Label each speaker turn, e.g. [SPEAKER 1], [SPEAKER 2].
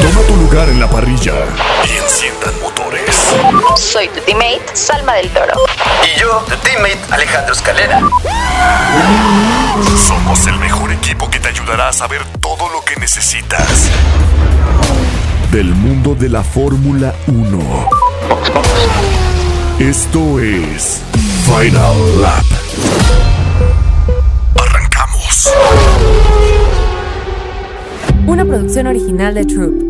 [SPEAKER 1] Toma tu lugar en la parrilla y enciendan motores.
[SPEAKER 2] Soy tu teammate, Salma del Toro.
[SPEAKER 3] Y yo, tu teammate, Alejandro Escalera.
[SPEAKER 1] Somos el mejor equipo que te ayudará a saber todo lo que necesitas. Del mundo de la Fórmula 1. Esto es Final Lap. Arrancamos.
[SPEAKER 4] Una producción original de Troop.